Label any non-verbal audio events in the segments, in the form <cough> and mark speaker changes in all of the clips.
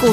Speaker 1: 股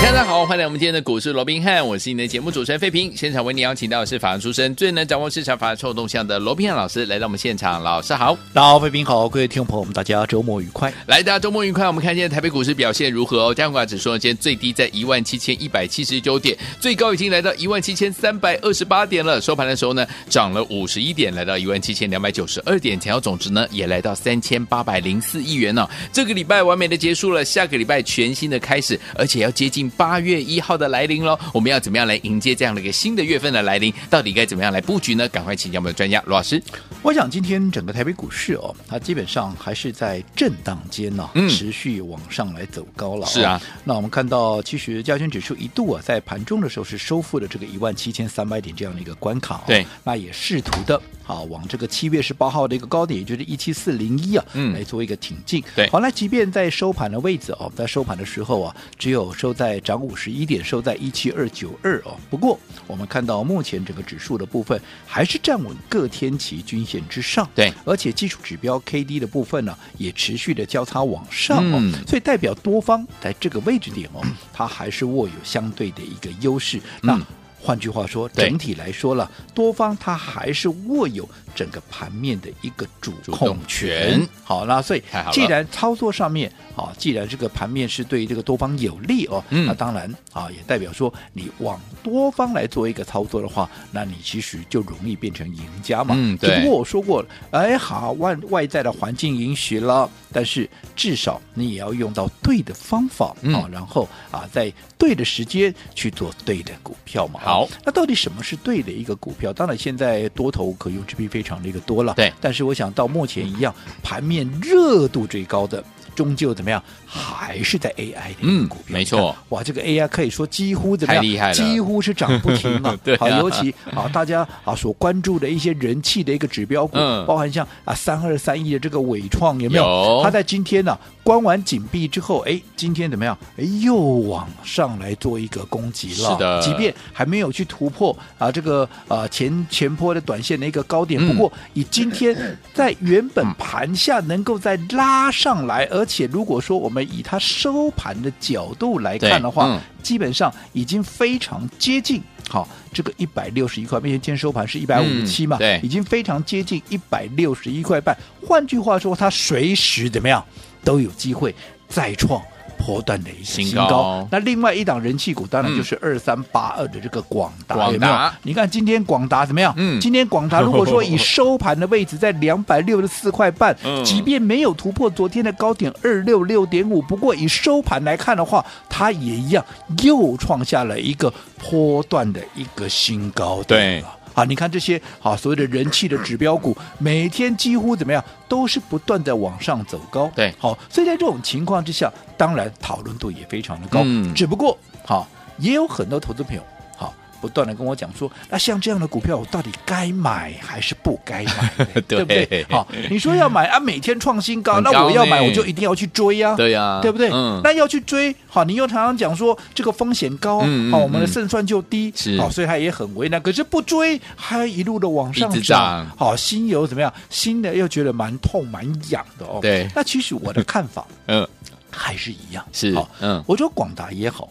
Speaker 2: 大家好，欢迎来我们今天的股市罗宾汉，我是你的节目主持人费平。现场为你邀请到的是法案出身、最能掌握市场法案臭动向的罗宾汉老师来到我们现场，老师好。
Speaker 3: 大家好，飞平好，各位听众朋友们，大家周末愉快。
Speaker 2: 来，大家周末愉快。我们看今天台北股市表现如何哦？加权股价指数呢，今天最低在一万七千一百七十九点，最高已经来到一万七千三百二十八点了。收盘的时候呢，涨了五十一点，来到一万七千两百九十二点，成交总值呢也来到三千八百零四亿元呢、哦这个礼拜完美的结束了，下个礼拜全新的开始，而且要接近八月一号的来临喽。我们要怎么样来迎接这样的一个新的月份的来临？到底该怎么样来布局呢？赶快请教我们的专家罗老师。
Speaker 3: 我想今天整个台北股市哦，它基本上还是在震荡间呢、
Speaker 2: 嗯
Speaker 3: 持续往上来走高了、哦
Speaker 2: 是啊，
Speaker 3: 那我们看到，其实加权指数一度啊，在盘中的时候是收复了这个一万七千三百点这样的一个关卡、哦，
Speaker 2: 对，
Speaker 3: 那也试图的啊，往这个七月十八号的一个高点，也就是一七四零一啊，
Speaker 2: 嗯
Speaker 3: 来做一个挺进。
Speaker 2: 对
Speaker 3: 好，那即便在收盘的位置哦，在收盘的时候啊，只有收在涨五十一点，收在一七二九二哦。不过我们看到目前整个指数的部分还是站稳各天期均线之上，
Speaker 2: 对，
Speaker 3: 而且技术指标 K D 的部分呢、也持续的交叉往上哦，
Speaker 2: 嗯
Speaker 3: 所以代表多方在这个位置点
Speaker 2: <coughs>
Speaker 3: 哦，它还是握有相对的一个优势。那
Speaker 2: 嗯
Speaker 3: 换句话说，
Speaker 2: 对
Speaker 3: 整体来说了，多方它还是握有整个盘面的一个主
Speaker 2: 主动
Speaker 3: 控权。
Speaker 2: 权
Speaker 3: 好，那所以
Speaker 2: 太好了
Speaker 3: 既然操作上面啊，既然这个盘面是对这个多方有利哦，
Speaker 2: 嗯
Speaker 3: 那当然啊，也代表说你往多方来做一个操作的话，那你其实就容易变成赢家嘛。
Speaker 2: 嗯
Speaker 3: 只
Speaker 2: 对
Speaker 3: 不过我说过了，哎，好，外外在的环境允许了，但是至少你也要用到对的方法、
Speaker 2: 嗯
Speaker 3: 啊，然后啊，在对的时间去做对的股票嘛。啊
Speaker 2: 好，
Speaker 3: 那到底什么是对的一个股票？当然，现在多头可用之兵非常的一个多了。
Speaker 2: 对
Speaker 3: 但是我想到目前一样，盘面热度最高的。终究怎么样，还是在 AI 的一个
Speaker 2: 嗯
Speaker 3: 股票，
Speaker 2: 没错
Speaker 3: 你看。哇，这个 AI 可以说几乎怎么
Speaker 2: 太
Speaker 3: 样，
Speaker 2: 厉害了。
Speaker 3: 几乎是涨不停
Speaker 2: <laughs>
Speaker 3: 啊
Speaker 2: 对啊
Speaker 3: 好，尤其啊，大家啊所关注的一些人气的一个指标股，
Speaker 2: 嗯
Speaker 3: 包含像啊三二三一的这个伟创有没有？
Speaker 2: 有
Speaker 3: 它在今天呢、关完紧闭之后，哎，今天怎么样？哎，又往上来做一个攻击了。
Speaker 2: 是的
Speaker 3: 即便还没有去突破啊，这个啊前前坡的短线的一个高点。
Speaker 2: 嗯
Speaker 3: 不过以今天在原本盘下能够再拉上来，而且如果说我们以它收盘的角度来看的话，
Speaker 2: 对嗯
Speaker 3: 基本上已经非常接近。好，这个一百六十一块，目前今天收盘是一百五十七
Speaker 2: 嗯
Speaker 3: 嘛、
Speaker 2: 对
Speaker 3: 已经非常接近一百六十一块半。换句话说，它随时怎么样都有机会再创。波段的一个
Speaker 2: 新
Speaker 3: 新
Speaker 2: 高
Speaker 3: 高，那另外一档人气股当然
Speaker 2: 嗯
Speaker 3: 就是二三八二的这个广达，
Speaker 2: 广达
Speaker 3: 有没有？你看今天广达怎么样？
Speaker 2: 嗯
Speaker 3: 今天广达如果说以收盘的位置在两百六十四块半
Speaker 2: <laughs> 嗯，
Speaker 3: 即便没有突破昨天的高点二六六点五，不过以收盘来看的话，它也一样又创下了一个波段的一个新高点
Speaker 2: 对
Speaker 3: 了。啊，你看这些啊，所谓的人气的指标股，每天几乎怎么样，都是不断的往上走高。
Speaker 2: 对
Speaker 3: 好，所以在这种情况之下，当然讨论度也非常的高。
Speaker 2: 嗯
Speaker 3: 只不过好，也有很多投资朋友好不断的跟我讲说，那像这样的股票，我到底该买还是不该买呢？
Speaker 2: 对
Speaker 3: 不 <laughs> 对？好，你说要买啊，每天创新高，
Speaker 2: 很
Speaker 3: 那
Speaker 2: 高
Speaker 3: 我要买，
Speaker 2: 呢
Speaker 3: 我就一定要去追呀、
Speaker 2: 对呀、
Speaker 3: 对不对？
Speaker 2: 嗯，
Speaker 3: 那要去追，好，你又常常讲说这个风险高，
Speaker 2: 嗯嗯
Speaker 3: 好，我们的
Speaker 2: 嗯
Speaker 3: 胜算就低，
Speaker 2: 是
Speaker 3: 好，所以它也很为难。可是不追，还一路的往上
Speaker 2: 一直
Speaker 3: 涨
Speaker 2: 涨，
Speaker 3: 好，心有怎么样？心的又觉得蛮痛蛮痒的哦。
Speaker 2: 对
Speaker 3: 那其实我的看法
Speaker 2: 嗯，
Speaker 3: 还是一样，
Speaker 2: <laughs> 是
Speaker 3: 好，，
Speaker 2: 嗯
Speaker 3: 我说广达也好，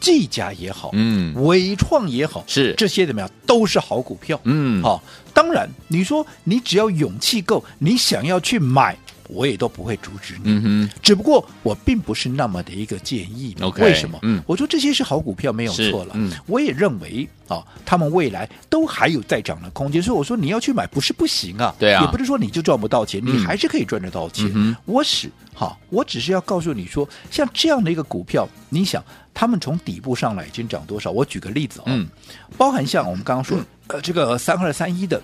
Speaker 3: 技嘉也好，
Speaker 2: 嗯，
Speaker 3: 伟创也好，
Speaker 2: 是
Speaker 3: 这些怎么样都是好股票，
Speaker 2: 嗯，
Speaker 3: 好、当然你说你只要勇气够，你想要去买，我也都不会阻止你。
Speaker 2: 嗯
Speaker 3: 只不过我并不是那么的一个建议嘛
Speaker 2: OK，
Speaker 3: 为什么？
Speaker 2: 嗯
Speaker 3: 我说这些是好股票没有错了
Speaker 2: 是，嗯
Speaker 3: 我也认为啊，他们未来都还有再涨的空间，所以我说你要去买不是不行啊，
Speaker 2: 对啊
Speaker 3: 也不是说你就赚不到钱，
Speaker 2: 嗯
Speaker 3: 你还是可以赚得到钱。
Speaker 2: 嗯哼
Speaker 3: 我只好，我只是要告诉你说，像这样的一个股票，你想他们从底部上来已经涨多少？我举个例子啊、哦，
Speaker 2: 嗯，
Speaker 3: 包含像我们刚刚说、呃这个三二三一的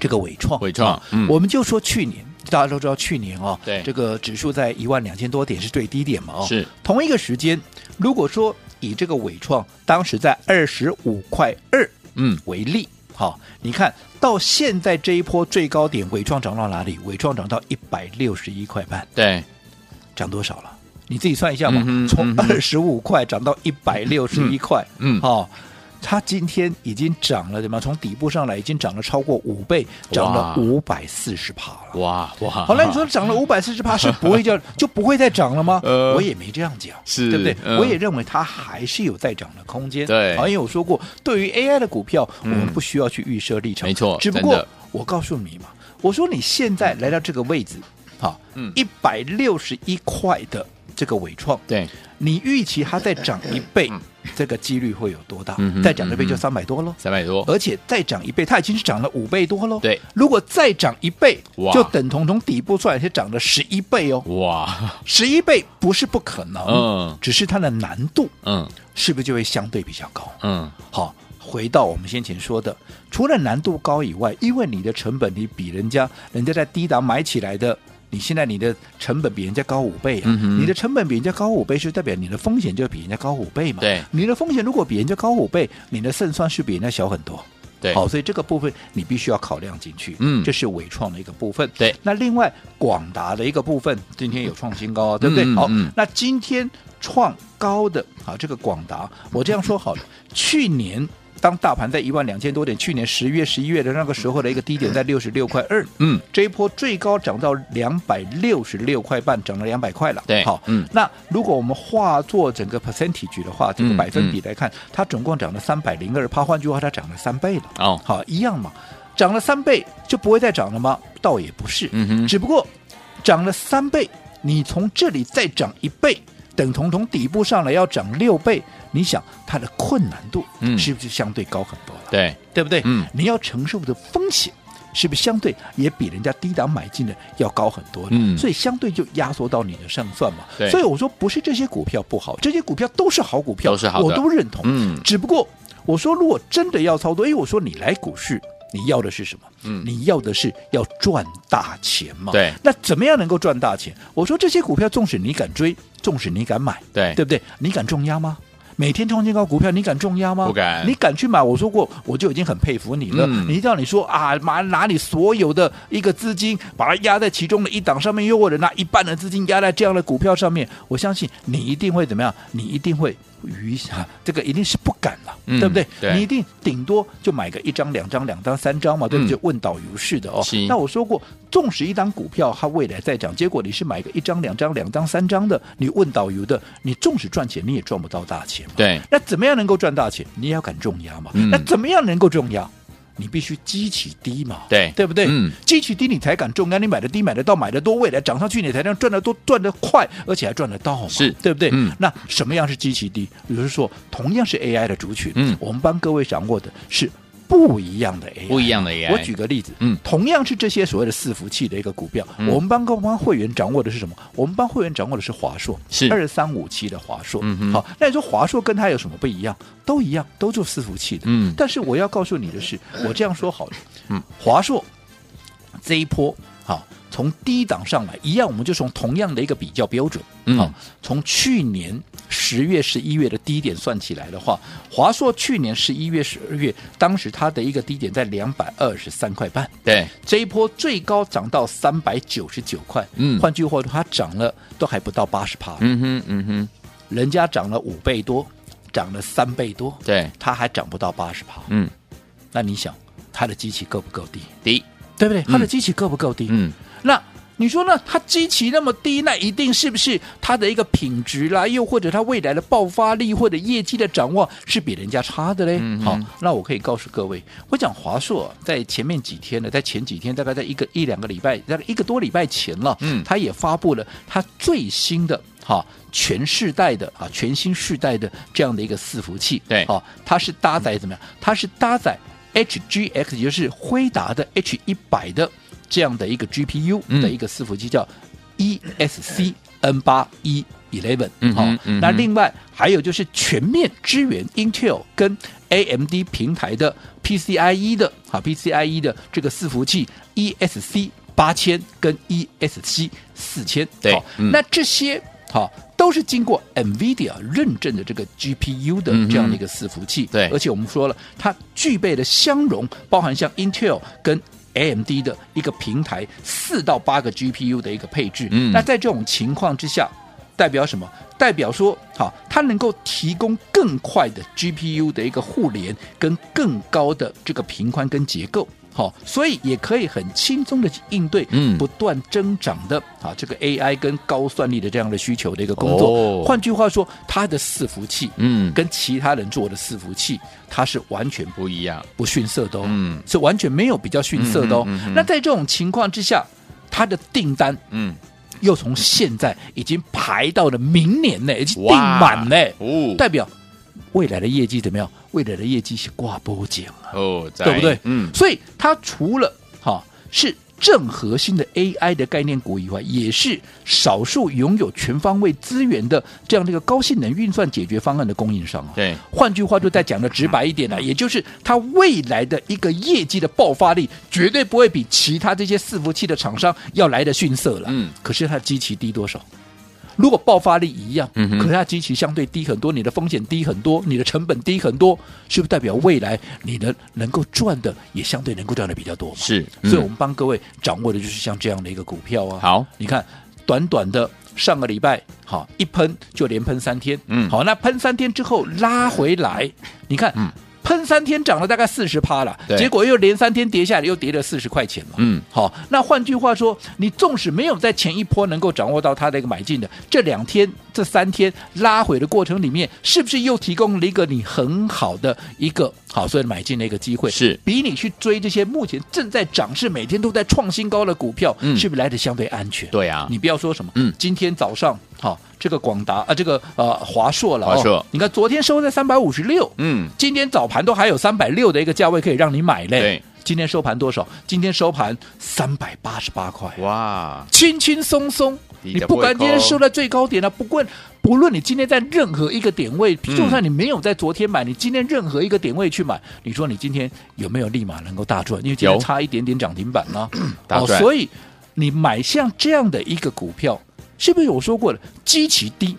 Speaker 3: 这个伟创，
Speaker 2: 伟创
Speaker 3: 啊
Speaker 2: 嗯
Speaker 3: 我们就说去年。大家都知道，去年哦，
Speaker 2: 对
Speaker 3: 这个指数在一万两千多点是最低点嘛？哦，
Speaker 2: 是
Speaker 3: 同一个时间，如果说以这个伟创当时在二十五块二
Speaker 2: 嗯
Speaker 3: 为例，好，你看到现在这一波最高点，伟创涨到哪里？伟创涨到一百六十一块半，
Speaker 2: 对，
Speaker 3: 涨多少了？你自己算一下嘛，
Speaker 2: 嗯哼
Speaker 3: 从
Speaker 2: 嗯哼
Speaker 3: 二十五块涨到一百六十一块，
Speaker 2: 嗯
Speaker 3: 哦，它今天已经涨了，怎么样？从底部上来已经涨了超过五倍，涨了五百四十趴了。
Speaker 2: 哇哇，
Speaker 3: 好了，你说涨了五百四十趴是不
Speaker 2: <laughs>
Speaker 3: 会叫就不会再涨了吗？
Speaker 2: 呃
Speaker 3: 我也没这样讲，
Speaker 2: 是
Speaker 3: 对不对？
Speaker 2: 嗯
Speaker 3: 我也认为它还是有再涨的空间。
Speaker 2: 对
Speaker 3: 好像有说过，对于 AI 的股票，我们
Speaker 2: 嗯
Speaker 3: 不需要去预设立场，
Speaker 2: 没错
Speaker 3: 只不
Speaker 2: 真
Speaker 3: 过
Speaker 2: 的
Speaker 3: 我告诉你嘛，我说你现在来到这个位置，好
Speaker 2: 嗯，
Speaker 3: 一百六十一块的这个伟创，
Speaker 2: 对，
Speaker 3: 你预期它再涨一倍，这个几率会有多大
Speaker 2: 嗯？哼
Speaker 3: 再涨一倍
Speaker 2: 嗯哼
Speaker 3: 就三百多喽。
Speaker 2: 三百多，
Speaker 3: 而且再涨一倍，它已经是涨了五倍多喽。
Speaker 2: 对，
Speaker 3: 如果再涨一倍
Speaker 2: 哇，
Speaker 3: 就等同从底部算是涨了十一倍哦，
Speaker 2: 哇，
Speaker 3: 十一倍不是不可能，
Speaker 2: 嗯
Speaker 3: 只是它的难度
Speaker 2: 嗯
Speaker 3: 是不是就会相对比较高？
Speaker 2: 嗯，
Speaker 3: 好，回到我们先前说的，除了难度高以外，因为你的成本你比人家，人家在低档买起来的。你现在你的成本比人家高五倍啊，
Speaker 2: 嗯哼
Speaker 3: 你的成本比人家高五倍，是代表你的风险就比人家高五倍嘛？
Speaker 2: 对
Speaker 3: 你的风险如果比人家高五倍，你的胜算是比人家小很多。
Speaker 2: 对，
Speaker 3: 好，所以这个部分你必须要考量进去，
Speaker 2: 嗯
Speaker 3: 这是伟创的一个部分。
Speaker 2: 对
Speaker 3: 那另外广达的一个部分，今天有创新高啊，对不对？
Speaker 2: 嗯嗯
Speaker 3: 好
Speaker 2: 嗯，
Speaker 3: 那今天创高的啊，这个广达，我这样说好了，去年。当大盘在一万两千多点，去年十月、十一月的那个时候的一个低点在六十六块二，
Speaker 2: 嗯，
Speaker 3: 这一波最高涨到两百六十六块半，涨了两百块了。
Speaker 2: 对
Speaker 3: 好，
Speaker 2: 嗯
Speaker 3: 那如果我们化作整个 percentage 的话，整个
Speaker 2: 嗯
Speaker 3: 百分比来看，它总共涨了三百零二趴，换句话，它涨了三倍了。
Speaker 2: 哦，
Speaker 3: 好，一样嘛，涨了三倍就不会再涨了吗？倒也不是，
Speaker 2: 嗯哼
Speaker 3: 只不过涨了三倍，你从这里再涨一倍，等同从底部上来要涨六倍，你想它的困难度
Speaker 2: 嗯
Speaker 3: 是不是相对高很多了？
Speaker 2: 对，
Speaker 3: 对不对？
Speaker 2: 嗯
Speaker 3: 你要承受的风险是不是相对也比人家低档买进的要高很多呢？
Speaker 2: 嗯
Speaker 3: 所以相对就压缩到你的胜算嘛
Speaker 2: 对。
Speaker 3: 所以我说不是这些股票不好，这些股票都是好股票，
Speaker 2: 都是好的
Speaker 3: 我都认同。
Speaker 2: 嗯
Speaker 3: 只不过我说如果真的要操作，因哎为我说你来股市。你要的是什么？
Speaker 2: 嗯
Speaker 3: 你要的是要赚大钱嘛？
Speaker 2: 对
Speaker 3: 那怎么样能够赚大钱？我说这些股票，纵使你敢追，纵使你敢买，
Speaker 2: 对
Speaker 3: 对不对？你敢重压吗？每天创新高股票，你敢重压吗？
Speaker 2: 不敢
Speaker 3: 你敢去买？我说过，我就已经很佩服你了。
Speaker 2: 嗯
Speaker 3: 你让你说啊，拿拿你所有的一个资金，把它压在其中的一档上面，又或者拿一半的资金压在这样的股票上面，我相信你一定会怎么样？你一定会余下这个一定是不敢了，
Speaker 2: 嗯
Speaker 3: 对不对？
Speaker 2: 对
Speaker 3: 你一定顶多就买个一张、两张、两张、三张嘛，对不
Speaker 2: 嗯
Speaker 3: 对？就问导游似的哦
Speaker 2: 是。
Speaker 3: 那我说过，纵使一档股票它未来再涨，结果你是买个一张、两张、两张、三张的，你问导游的，你纵使赚钱，你也赚不到大钱嘛。
Speaker 2: 对，
Speaker 3: 那怎么样能够赚大钱？你也要敢重压嘛。
Speaker 2: 嗯
Speaker 3: 那怎么样能够重压？你必须基期低嘛，
Speaker 2: 对
Speaker 3: 对不对？
Speaker 2: 嗯
Speaker 3: 基期低你才敢重压，你买的低，买得到，买得多，未来涨上去你才能赚得多，赚得快，而且还赚得到嘛，
Speaker 2: 是
Speaker 3: 对不对？
Speaker 2: 嗯
Speaker 3: 那什么样是基期低？比如说，同样是 AI 的族群，
Speaker 2: 嗯
Speaker 3: 我们帮各位掌握的是不一样的 AI，
Speaker 2: 不一样的 AI，
Speaker 3: 我举个例子，
Speaker 2: 嗯
Speaker 3: 同样是这些所谓的伺服器的一个股票，
Speaker 2: 嗯
Speaker 3: 我们帮各帮会员掌握的是什么？我们帮会员掌握的是华硕，
Speaker 2: 是
Speaker 3: 二三五七的华硕。
Speaker 2: 嗯哼
Speaker 3: 好，那你说华硕跟它有什么不一样？都一样，都做伺服器的。
Speaker 2: 嗯
Speaker 3: 但是我要告诉你的是，我这样说好了，嗯，华硕这一波好。从低档上来，一样，我们就从同样的一个比较标准，
Speaker 2: 嗯
Speaker 3: 好，从去年十月、十一月的低点算起来的话，华硕去年十一月、十二月，当时它的一个低点在两百二十三块半，
Speaker 2: 对，
Speaker 3: 这一波最高涨到三百九十九块，
Speaker 2: 嗯
Speaker 3: 换句话说，它涨了都还不到八十趴，
Speaker 2: 嗯哼嗯哼，
Speaker 3: 人家涨了五倍多，涨了三倍多，
Speaker 2: 对，
Speaker 3: 它还涨不到八十趴，
Speaker 2: 嗯，
Speaker 3: 那你想它的机器够不够低，嗯
Speaker 2: 第一，
Speaker 3: 对不对？它的机器够不够低？
Speaker 2: 嗯，
Speaker 3: 那你说呢？它基期那么低，那一定是不是它的一个品质啦，又或者它未来的爆发力或者业绩的展望是比人家差的嘞？
Speaker 2: 嗯哼
Speaker 3: 好，那我可以告诉各位，我讲华硕在前面几天呢，在前几天大概在一个一两个礼拜，大概一个多礼拜前了，
Speaker 2: 嗯
Speaker 3: 它也发布了它最新的哈、全世代的啊全新世代的这样的一个伺服器，
Speaker 2: 对
Speaker 3: 好、哦它是搭载怎么样？它是搭载 HGX，也就是辉达的 H 一百的这样的一个 GPU
Speaker 2: 嗯
Speaker 3: 的一个伺服器，叫 ESC N 八一 Eleven
Speaker 2: 嗯。
Speaker 3: 好
Speaker 2: 哼、嗯哼
Speaker 3: 那另外还有就是全面支援 Intel 跟 AMD 平台的 PCIe 的啊 PCIe 的这个伺服器，E ESC 八千跟 ESC E 四千。
Speaker 2: 对
Speaker 3: 好
Speaker 2: 嗯
Speaker 3: 那这些。好，都是经过 NVIDIA 认证的这个 GPU 的
Speaker 2: 嗯哼
Speaker 3: 这样的一个伺服器。
Speaker 2: 对
Speaker 3: 而且我们说了，它具备了相容，包含像 Intel 跟 AMD 的一个平台四到八个 GPU 的一个配置。
Speaker 2: 嗯
Speaker 3: 那在这种情况之下，代表什么？代表说，好，它能够提供更快的 GPU 的一个互联，跟更高的这个频宽跟结构。好，所以也可以很轻松的去应对
Speaker 2: 嗯
Speaker 3: 不断增长的、啊这个 AI 跟高算力的这样的需求的一个工作。
Speaker 2: 哦
Speaker 3: 换句话说，它的伺服器
Speaker 2: 嗯，
Speaker 3: 跟其他人做的伺服器，它是完全
Speaker 2: 不一样，
Speaker 3: 不逊色的哦，
Speaker 2: 嗯
Speaker 3: 是完全没有比较逊色的哦。
Speaker 2: 嗯嗯嗯嗯
Speaker 3: 那在这种情况之下，它的订单
Speaker 2: 嗯，
Speaker 3: 又从现在已经排到了明年呢，已经订
Speaker 2: 哇
Speaker 3: 满呢，
Speaker 2: 哦，
Speaker 3: 代表未来的业绩怎么样？未来的业绩是挂波奖啊，
Speaker 2: 哦，在
Speaker 3: 对不对？
Speaker 2: 嗯，
Speaker 3: 所以它除了哈、是正核心的 AI 的概念股以外，也是少数拥有全方位资源的这样的一个高性能运算解决方案的供应商啊。
Speaker 2: 对，嗯
Speaker 3: 换句话就再讲的直白一点了、也就是它未来的一个业绩的爆发力，绝对不会比其他这些伺服器的厂商要来的逊色了。
Speaker 2: 嗯，
Speaker 3: 可是它基期低多少？如果爆发力一样，
Speaker 2: 嗯哼
Speaker 3: 可是它基期相对低很多，你的风险低很多，你的成本低很多，是不是代表未来你的能够赚的也相对能够赚的比较多嘛？
Speaker 2: 是，
Speaker 3: 所以我
Speaker 2: 嗯
Speaker 3: 们帮各位掌握的就是像这样的一个股票啊。
Speaker 2: 好，
Speaker 3: 你看短短的上个礼拜，好一喷就连喷三天，
Speaker 2: 嗯
Speaker 3: 好，那喷三天之后拉回来，你看，
Speaker 2: 嗯
Speaker 3: 喷三天涨了大概四十趴了，
Speaker 2: 对
Speaker 3: 结果又连三天跌下来，又跌了四十块钱嘛。
Speaker 2: 嗯，
Speaker 3: 好，那换句话说，你纵使没有在前一波能够掌握到它的一个买进的，这两天、这三天拉回的过程里面，是不是又提供了一个你很好的一个好，所以买进的一个机会？
Speaker 2: 是
Speaker 3: 比你去追这些目前正在涨势、每天都在创新高的股票，
Speaker 2: 嗯
Speaker 3: 是不是来的相对安全？
Speaker 2: 对啊，
Speaker 3: 你不要说什么，
Speaker 2: 嗯
Speaker 3: 今天早上好、这个广达啊、这个呃华硕了，
Speaker 2: 华硕
Speaker 3: 哦，你看昨天收在三百五十六，
Speaker 2: 嗯，
Speaker 3: 今天早盘都还有三百六的一个价位可以让你买嘞。
Speaker 2: 对，
Speaker 3: 今天收盘多少？今天收盘三百八十八块，
Speaker 2: 哇，
Speaker 3: 轻轻松松。
Speaker 2: 你
Speaker 3: 你不管今天收在最高点了、不管不论你今天在任何一个点位，
Speaker 2: 嗯
Speaker 3: 就算你没有在昨天买，你今天任何一个点位去买，你说你今天有没有立马能够大赚？因为今
Speaker 2: 有
Speaker 3: 天差一点点涨停板呢、
Speaker 2: 嗯
Speaker 3: 哦
Speaker 2: 大赚
Speaker 3: 所以你买像这样的一个股票，是不是有说过了？基期低。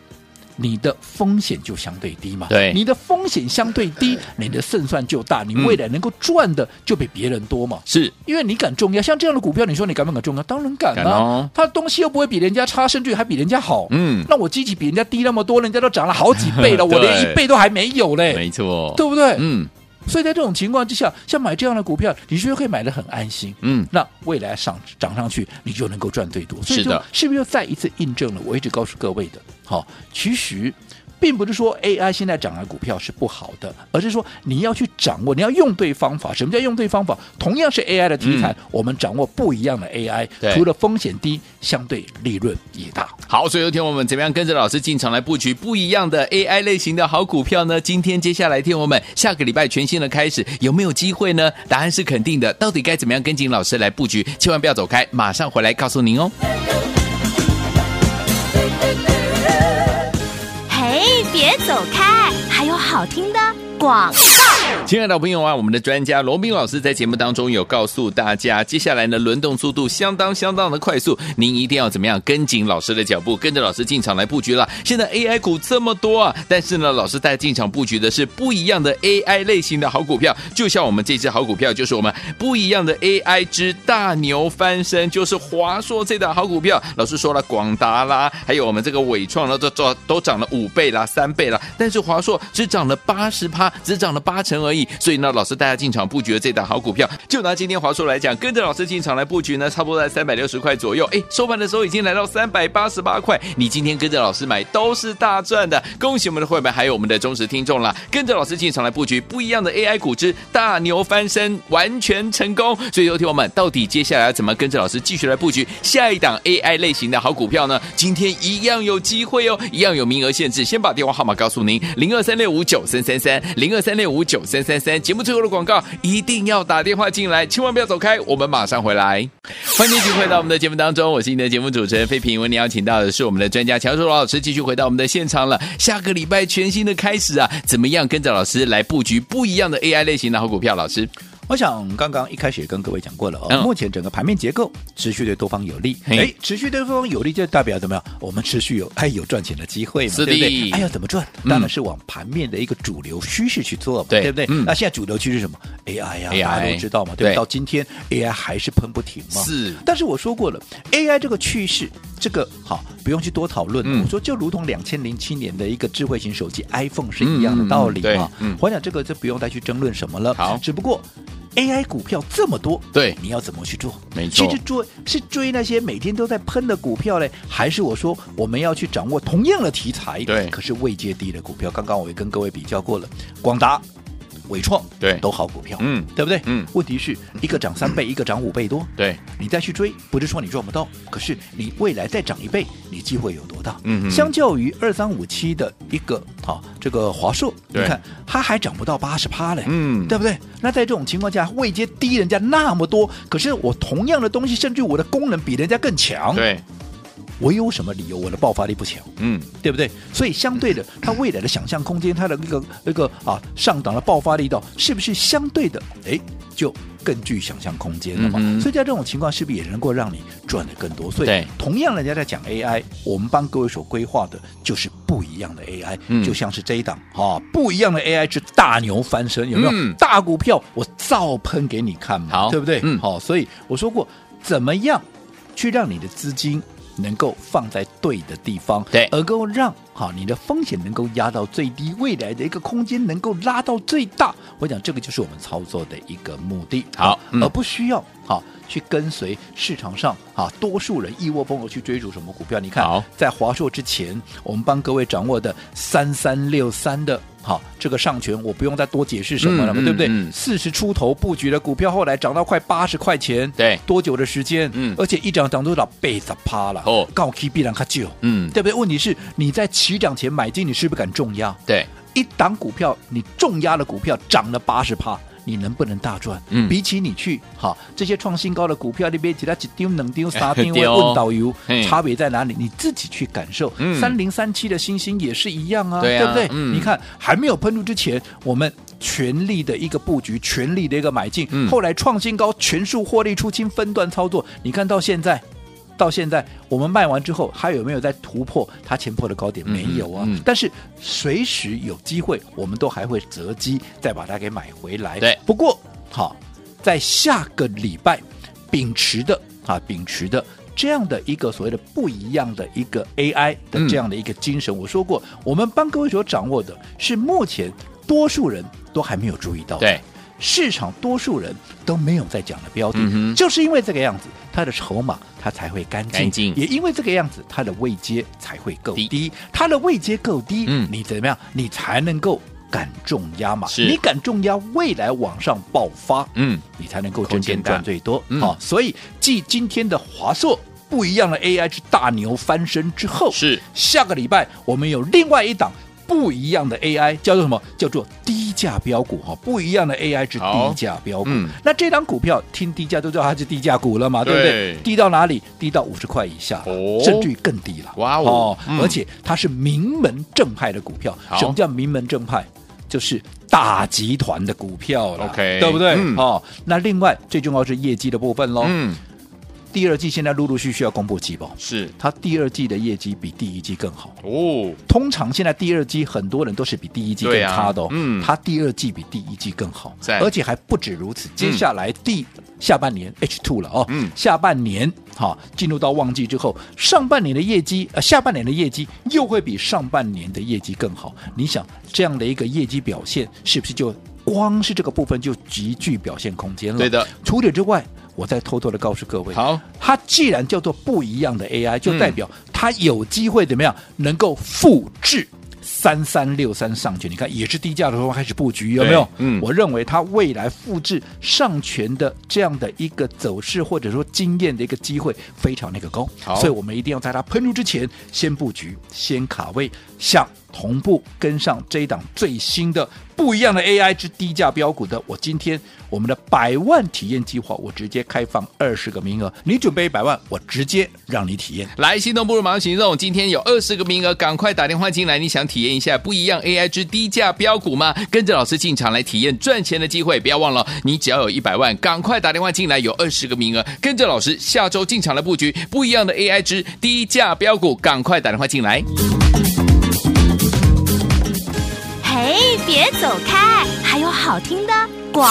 Speaker 3: 你的风险就相对低嘛，
Speaker 2: 对
Speaker 3: 你的风险相对低，你的胜算就大，你
Speaker 2: 嗯
Speaker 3: 未来能够赚的就比别人多嘛。
Speaker 2: 是
Speaker 3: 因为你敢重压，像这样的股票，你说你敢不敢重压？当然敢
Speaker 2: 敢
Speaker 3: 啊！
Speaker 2: 哦
Speaker 3: 它的东西又不会比人家差，甚至于还比人家好。
Speaker 2: 嗯，
Speaker 3: 那我基期比人家低那么多，人家都涨了好几
Speaker 2: <laughs>
Speaker 3: 倍了，我连
Speaker 2: 对
Speaker 3: 一倍都还没有嘞，
Speaker 2: 没错，
Speaker 3: 对不对？
Speaker 2: 嗯
Speaker 3: 所以在这种情况之下，像买这样的股票，你是不是可以买的很安心？
Speaker 2: 嗯，
Speaker 3: 那未来上涨上去，你就能够赚最多。所以
Speaker 2: 是
Speaker 3: 就
Speaker 2: 的
Speaker 3: 是不是又再一次印证了我一直告诉各位的？好，其实并不是说 AI 现在涨的股票是不好的，而是说你要去掌握，你要用对方法。什么叫用对方法？同样是 AI 的题材，我们掌握不一样的 AI，
Speaker 2: 嗯对
Speaker 3: 除了风险低，相对利润也大。
Speaker 2: 好，所以有天我们怎么样跟着老师进场来布局不一样的 AI 类型的好股票呢？今天接下来天我们下个礼拜全新的开始，有没有机会呢？答案是肯定的。到底该怎么样跟紧老师来布局？千万不要走开，马上回来告诉您哦。
Speaker 1: 嘿，别走开，还有好听的广。
Speaker 2: 亲爱的朋友啊，我们的专家罗斌老师在节目当中有告诉大家，接下来呢轮动速度相当相当的快速，您一定要怎么样跟紧老师的脚步，跟着老师进场来布局了。现在 AI 股这么多啊，但是呢，老师带进场布局的是不一样的 AI 类型的好股票，就像我们这只好股票就是我们不一样的 AI 之大牛翻身，就是华硕这档好股票。老师说了，广达啦，还有我们这个伟创啦，都都都涨了五倍啦、三倍啦，但是华硕只涨了八十趴，只涨了八成而已。所以呢，老师大家进场布局的这档好股票，就拿今天华硕来讲，跟着老师进场来布局呢，差不多在三百六十块左右。哎，收盘的时候已经来到三百八十八块，你今天跟着老师买都是大赚的。恭喜我们的会员，还有我们的忠实听众啦！跟着老师进场来布局不一样的 AI 股之大牛翻身，完全成功。所以，有听我们到底接下来要怎么跟着老师继续来布局下一档 AI 类型的好股票呢？今天一样有机会哦，一样有名额限制。先把电话号码告诉您：零二三六五九三三三，零二三六五九三三三。节目最后的广告一定要打电话进来，千万不要走开，我们马上回来。欢迎继续回到我们的节目当中，我是你的节目主持人费平。为您邀请到的是我们的专家乔树罗老师，继续回到我们的现场了。下个礼拜全新的开始啊，怎么样跟着老师来布局不一样的 AI 类型的好股票？老师，
Speaker 3: 我想刚刚一开始也跟各位讲过了哦，
Speaker 2: 嗯
Speaker 3: 目前整个盘面结构持续对多方有利，
Speaker 2: 嘿
Speaker 3: 哎，持续对多方有利就代表怎么样？我们持续有 <laughs> 哎有赚钱的机会嘛，
Speaker 2: 是
Speaker 3: 对
Speaker 2: 的
Speaker 3: 不对？哎呀，怎么赚？
Speaker 2: 嗯
Speaker 3: 当然是往盘面的一个主流趋势去做嘛，
Speaker 2: 对
Speaker 3: 不对？
Speaker 2: 嗯
Speaker 3: 那现在主流趋势是什么？AI 呀、
Speaker 2: AI
Speaker 3: 大家都知道嘛，对不
Speaker 2: 对
Speaker 3: 对？到今天 AI 还是喷不停嘛，
Speaker 2: 是
Speaker 3: 但是我说过了，AI 这个趋势，这个好不用去多讨论。
Speaker 2: 嗯
Speaker 3: 我说就如同两千零七年的一个智慧型手机 iPhone 是一样的道理嘛。
Speaker 2: 嗯嗯嗯对嗯
Speaker 3: 我想这个就不用再去争论什么了。
Speaker 2: 好
Speaker 3: 只不过 AI 股票这么多，
Speaker 2: 对
Speaker 3: 你要怎么去做？
Speaker 2: 没错
Speaker 3: 其实追是追那些每天都在喷的股票嘞，还是我说我们要去掌握同样的题材，
Speaker 2: 对
Speaker 3: 可是位阶低的股票？刚刚我也跟各位比较过了，广达。伟创
Speaker 2: 对
Speaker 3: 都好股票，
Speaker 2: 嗯
Speaker 3: 对不对？
Speaker 2: 嗯
Speaker 3: 问题是一个涨
Speaker 2: <clears throat>
Speaker 3: 三倍，一个涨五倍多，
Speaker 2: 对，
Speaker 3: 你再去追，不是说你赚不到，可是你未来再涨一倍，你机会有多大？
Speaker 2: 嗯哼
Speaker 3: 相较于二三五七的一个好、这个华硕，你
Speaker 2: 对
Speaker 3: 看它还涨不到八十趴嘞，
Speaker 2: 嗯
Speaker 3: 对不对？那在这种情况下，位阶低人家那么多，可是我同样的东西，甚至我的功能比人家更强，
Speaker 2: 对，
Speaker 3: 我有什么理由我的爆发力不强？
Speaker 2: 嗯，
Speaker 3: 对不对？所以相对的，它未来的想象空间，它的那个那个啊上档的爆发力道，是不是相对的？哎，就更具想象空间了嘛。
Speaker 2: 嗯哼
Speaker 3: 所以在这种情况，是不是也能够让你赚得更多？所以
Speaker 2: 对
Speaker 3: 同样人家在讲 AI，我们帮各位所规划的就是不一样的 AI，、
Speaker 2: 嗯
Speaker 3: 就像是这一档啊，不一样的 AI 是大牛翻身，有没有？
Speaker 2: 嗯
Speaker 3: 大股票我照喷给你看嘛，
Speaker 2: 好
Speaker 3: 对不对？
Speaker 2: 嗯
Speaker 3: 好、所以我说过，怎么样去让你的资金能够放在对的地方，
Speaker 2: 对
Speaker 3: 而够让好你的风险能够压到最低，未来的一个空间能够拉到最大。我讲这个就是我们操作的一个目的，
Speaker 2: 好嗯
Speaker 3: 而不需要好去跟随市场上啊多数人一窝蜂的去追逐什么股票。你看
Speaker 2: 好，
Speaker 3: 在华硕之前，我们帮各位掌握的三三六三的。好，这个上权我不用再多解释什么了嘛，
Speaker 2: 嗯
Speaker 3: 对不对？
Speaker 2: 嗯嗯
Speaker 3: 四十出头布局的股票，后来涨到快八十块钱，
Speaker 2: 对
Speaker 3: 多久的时间？
Speaker 2: 嗯
Speaker 3: 而且一涨涨多少倍十趴了，
Speaker 2: 哦
Speaker 3: 高 K 必然它久，
Speaker 2: 嗯，
Speaker 3: 对不对？问题是你在起涨前买进，你是不是敢重压？
Speaker 2: 对，
Speaker 3: 一档股票，你重压的股票涨了八十趴，你能不能大赚？
Speaker 2: 嗯
Speaker 3: 比起你去好这些创新高的股票那边，其他几丢
Speaker 2: <laughs>
Speaker 3: 能丢啥丢
Speaker 2: 对哦
Speaker 3: 问导游
Speaker 2: 嘿，
Speaker 3: 差别在哪里？你自己去感受。
Speaker 2: 嗯
Speaker 3: 三零三七的星星也是一样啊，
Speaker 2: 对啊
Speaker 3: 不对？
Speaker 2: 嗯
Speaker 3: 你看还没有喷出之前，我们。全力的一个布局，全力的一个买进，
Speaker 2: 嗯
Speaker 3: 后来创新高，全数获利出清，分段操作。你看到现在，到现在我们卖完之后，还有没有在突破它前破的高点？
Speaker 2: 嗯
Speaker 3: 没有啊。
Speaker 2: 嗯
Speaker 3: 但是随时有机会，我们都还会择机再把它给买回来。
Speaker 2: 对
Speaker 3: 不过好，在下个礼拜秉持的啊，秉持的。这样的一个所谓的不一样的一个 AI 的
Speaker 2: 嗯
Speaker 3: 这样的一个精神，我说过，我们帮各位所掌握的是目前多数人都还没有注意到的，
Speaker 2: 对，
Speaker 3: 市场多数人都没有在讲的标的，
Speaker 2: 嗯哼
Speaker 3: 就是因为这个样子，它的筹码它才会干净，
Speaker 2: 干净
Speaker 3: 也因为这个样子，它的位阶才会够
Speaker 2: 低
Speaker 3: 低，它的位阶够低，
Speaker 2: 嗯
Speaker 3: 你怎么样，你才能够敢重压嘛？
Speaker 2: 是
Speaker 3: 你敢重压，未来往上爆发，
Speaker 2: 嗯，
Speaker 3: 你才能够
Speaker 2: 空
Speaker 3: 真
Speaker 2: 间
Speaker 3: 正
Speaker 2: 大
Speaker 3: 赚最多。好、
Speaker 2: 嗯
Speaker 3: 所以继今天的华硕不一样的 AI 之大牛翻身之后，
Speaker 2: 是
Speaker 3: 下个礼拜我们有另外一档不一样的 AI，叫做什么？叫做低价标股哈，不一样的 AI 之
Speaker 2: 好
Speaker 3: 低价标股。
Speaker 2: 嗯
Speaker 3: 那这档股票听低价都知道它是低价股了嘛，对不
Speaker 2: 对
Speaker 3: 对？低到哪里？低到五十块以下了，
Speaker 2: 哦
Speaker 3: 甚至于更低了。
Speaker 2: 哇哦嗯
Speaker 3: 而且它是名门正派的股票。
Speaker 2: 好
Speaker 3: 什么叫名门正派？就是大集团的股票了
Speaker 2: OK，
Speaker 3: 对不对？
Speaker 2: 嗯
Speaker 3: 哦，那另外最重要是业绩的部分喽。
Speaker 2: 嗯，
Speaker 3: 第二季现在陆陆续续要公布季报，
Speaker 2: 是
Speaker 3: 它第二季的业绩比第一季更好。
Speaker 2: 哦，
Speaker 3: 通常现在第二季很多人都是比第一季更差的、哦
Speaker 2: 对啊嗯
Speaker 3: 它第二季比第一季更好
Speaker 2: 在，
Speaker 3: 而且还不止如此，接下来第、下半年 H two 了哦，
Speaker 2: 嗯
Speaker 3: 下半年哈、进入到旺季之后，上哦半年的业绩呃下半年的业绩又会比上半年的业绩更好，你想这样的一个业绩表现是不是就？光是这个部分就极具表现空间了。
Speaker 2: 对的。
Speaker 3: 除此之外，我再偷偷的告诉各位，
Speaker 2: 好，
Speaker 3: 它既然叫做不一样的 AI，就
Speaker 2: 嗯
Speaker 3: 代表它有机会怎么样能够复制。三三六三上权，你看也是低价的时候开始布局，有没有
Speaker 2: 对？嗯
Speaker 3: 我认为它未来复制上权的这样的一个走势，或者说经验的一个机会非常那个高
Speaker 2: 好，
Speaker 3: 所以我们一定要在它喷出之前先布局，先卡位，想同步跟上这一档最新的不一样的 AI 之低价标股的，我今天我们的百万体验计划，我直接开放二十个名额，你准备一百万，我直接让你体验。
Speaker 2: 来，心动不如马上行动！今天有二十个名额，赶快打电话进来。你想体验一下不一样 AI 之低价标股吗？跟着老师进场来体验赚钱的机会。不要忘了，你只要有一百万，赶快打电话进来，有二十个名额，跟着老师下周进场来布局不一样的 AI 之低价标股，赶快打电话进来。
Speaker 1: 嘿，别走开，还有好听的广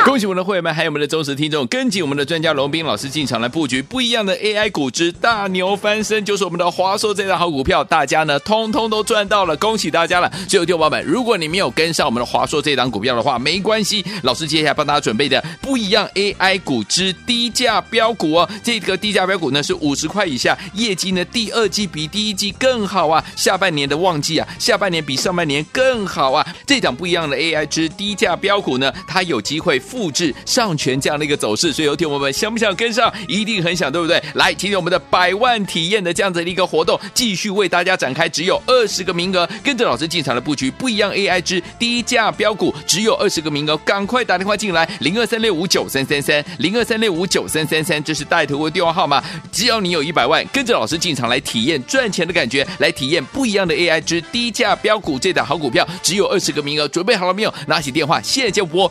Speaker 1: 告。
Speaker 2: <laughs> 恭喜我们的会员们，还有我们的忠实听众，跟紧我们的专家龙斌老师进场来布局不一样的 AI 股之大牛翻身，就是我们的华硕这档好股票，大家呢通通都赚到了，恭喜大家了！所有听众朋友们，如果你没有跟上我们的华硕这档股票的话，没关系，老师接下来帮大家准备的不一样 AI 股之低价标股哦，这个低价标股呢是五十块以下，业绩呢第二季比第一季更好啊，下半年的旺季啊，下半年比上半年更好啊，这档不一样的 AI 之低价标股呢，它有机会复制上权这样的一个走势，所以有听我们想不想跟上？一定很想，对不对？来，今天我们的百万体验的这样子的一个活动，继续为大家展开，只有二十个名额，跟着老师进场的布局不一样 AI 之低价标股，只有二十个名额，赶快打电话进来，零二三六五九三三三，零二三六五九三三三，这是带头的电话号码。只要你有一百万，跟着老师进场来体验赚钱的感觉，来体验不一样的 AI 之低价标股这档好股票，只有二十个名额，准备好了没有？拿起电话，现在就拨